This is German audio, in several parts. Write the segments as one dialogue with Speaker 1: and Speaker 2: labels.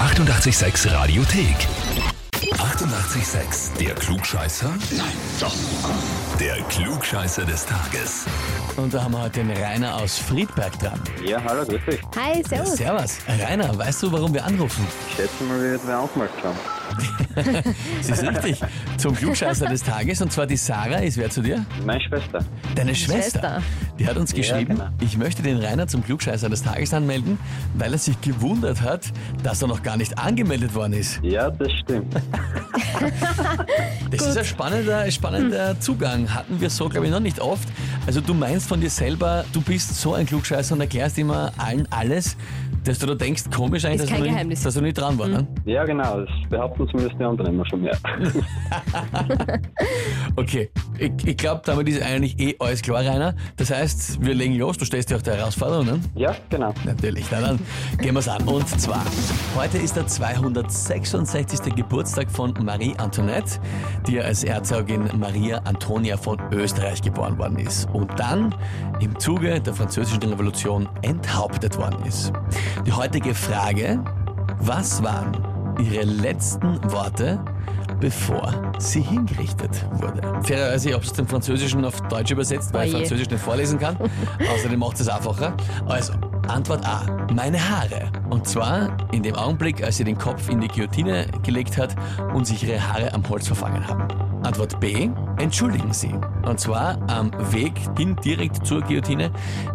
Speaker 1: 886 Radiothek. 88,6. Der Klugscheißer? Nein, doch. Der Klugscheißer des Tages.
Speaker 2: Und da haben wir heute den Rainer aus Friedberg dran.
Speaker 3: Ja, hallo, grüß dich.
Speaker 4: Hi, servus.
Speaker 2: Servus. Rainer, weißt du, warum wir anrufen?
Speaker 3: Ich schätze mal, wir werden mal aufmerksam.
Speaker 2: Das ist richtig. Zum Klugscheißer des Tages. Und zwar die Sarah ist wer zu dir?
Speaker 3: Meine Schwester.
Speaker 2: Deine Schwester.
Speaker 4: Schwester.
Speaker 2: Die hat uns geschrieben,
Speaker 3: genau.
Speaker 2: ich möchte den Rainer zum Klugscheißer des Tages anmelden, weil er sich gewundert hat, dass er noch gar nicht angemeldet worden ist.
Speaker 3: Ja, das stimmt.
Speaker 2: Das ist ein spannender, ein
Speaker 4: Hm.
Speaker 2: spannender Zugang. Hatten wir so, glaube ich, noch nicht oft. Also du meinst von dir selber, du bist so ein Klugscheißer und erklärst immer allen alles, dass du da denkst, komisch eigentlich,
Speaker 4: Ist
Speaker 2: dass,
Speaker 4: kein
Speaker 2: du
Speaker 4: Geheimnis.
Speaker 2: Nicht, dass du nicht dran war. Ne?
Speaker 3: Ja, genau, das behaupten zumindest die anderen immer schon mehr.
Speaker 2: Okay, ich, ich glaube, damit ist eigentlich eh alles klar, Rainer. Das heißt, wir legen los, du stellst dir auch der Herausforderung, ne?
Speaker 3: Ja, genau.
Speaker 2: Natürlich, na dann gehen wir's an. Und zwar, heute ist der 266. Geburtstag von Marie Antoinette, die ja als Herzogin Maria Antonia von Österreich geboren worden ist und dann im Zuge der Französischen Revolution enthauptet worden ist. Die heutige Frage, was waren ihre letzten Worte, bevor sie hingerichtet wurde? Fairerweise, ich habe es den Französischen auf Deutsch übersetzt, weil ich
Speaker 4: Oje.
Speaker 2: Französisch nicht vorlesen kann. Außerdem macht es einfacher. Also, Antwort A, meine Haare. Und zwar in dem Augenblick, als sie den Kopf in die Guillotine gelegt hat und sich ihre Haare am Holz verfangen haben. Antwort B, entschuldigen Sie. Und zwar am Weg hin direkt zur Guillotine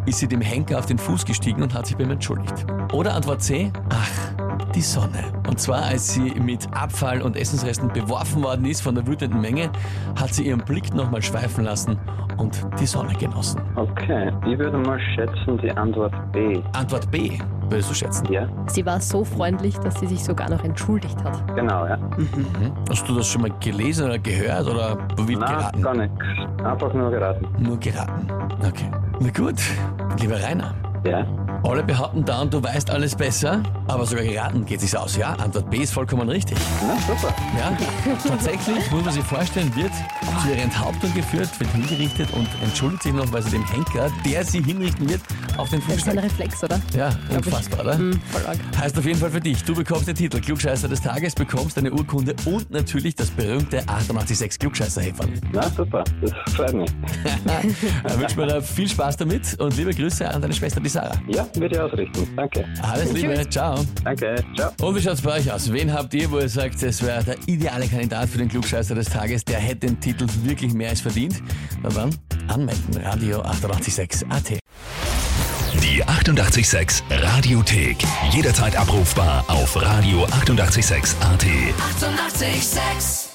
Speaker 2: ist sie dem Henker auf den Fuß gestiegen und hat sich bei ihm entschuldigt. Oder Antwort C, ach, die Sonne. Und zwar, als sie mit Abfall und Essensresten beworfen worden ist von der wütenden Menge, hat sie ihren Blick nochmal schweifen lassen und die Sonne genossen.
Speaker 3: Okay, ich würde mal schätzen, die Antwort B.
Speaker 2: Antwort B, würdest du schätzen.
Speaker 3: Ja,
Speaker 4: Sie war so freundlich, dass sie sich sogar noch entschuldigt hat.
Speaker 3: genau, ja.
Speaker 2: Hast du das schon mal gelesen oder gehört oder wild
Speaker 3: Nein,
Speaker 2: geraten?
Speaker 3: gar nichts. Einfach nur geraten.
Speaker 2: Nur geraten. Okay. Na gut, lieber Rainer.
Speaker 3: Ja,
Speaker 2: Alle behaupten da und du weißt alles besser, aber sogar geraten geht sich's aus, ja? Antwort B ist vollkommen richtig.
Speaker 3: na super.
Speaker 2: Ja, tatsächlich, muss man sich vorstellen, wird zu ihrer Enthauptung geführt, wird hingerichtet und entschuldigt sich noch, weil sie dem Henker, der sie hinrichten wird, auf den
Speaker 4: Das
Speaker 2: Fuß
Speaker 4: ist ein
Speaker 2: steigt.
Speaker 4: Reflex, oder?
Speaker 2: Ja, unfassbar, oder?
Speaker 4: Hm, voll arg.
Speaker 2: Heißt auf jeden Fall für dich, du bekommst den Titel Klugscheißer des Tages, bekommst deine Urkunde und natürlich das berühmte 886 klugscheißer -Häferl.
Speaker 3: Na super, das freut mich.
Speaker 2: Da wünsche mir da viel Spaß damit und liebe Grüße an deine Schwester, die Sarah.
Speaker 3: Ja, würde ich ausrichten. Danke.
Speaker 2: Alles Liebe, ciao.
Speaker 3: Danke, ciao.
Speaker 2: Und wie schaut's bei euch aus? Wen habt ihr, wo ihr sagt, es wäre der ideale Kandidat für den Klugscheißer des Tages, der hätte den Titel wirklich mehr als verdient? Na dann, anmelden, Radio 886 AT.
Speaker 1: Die 88,6 Radiothek. Jederzeit abrufbar auf radio886.at. 88,6.
Speaker 5: Eighty-eight, sex.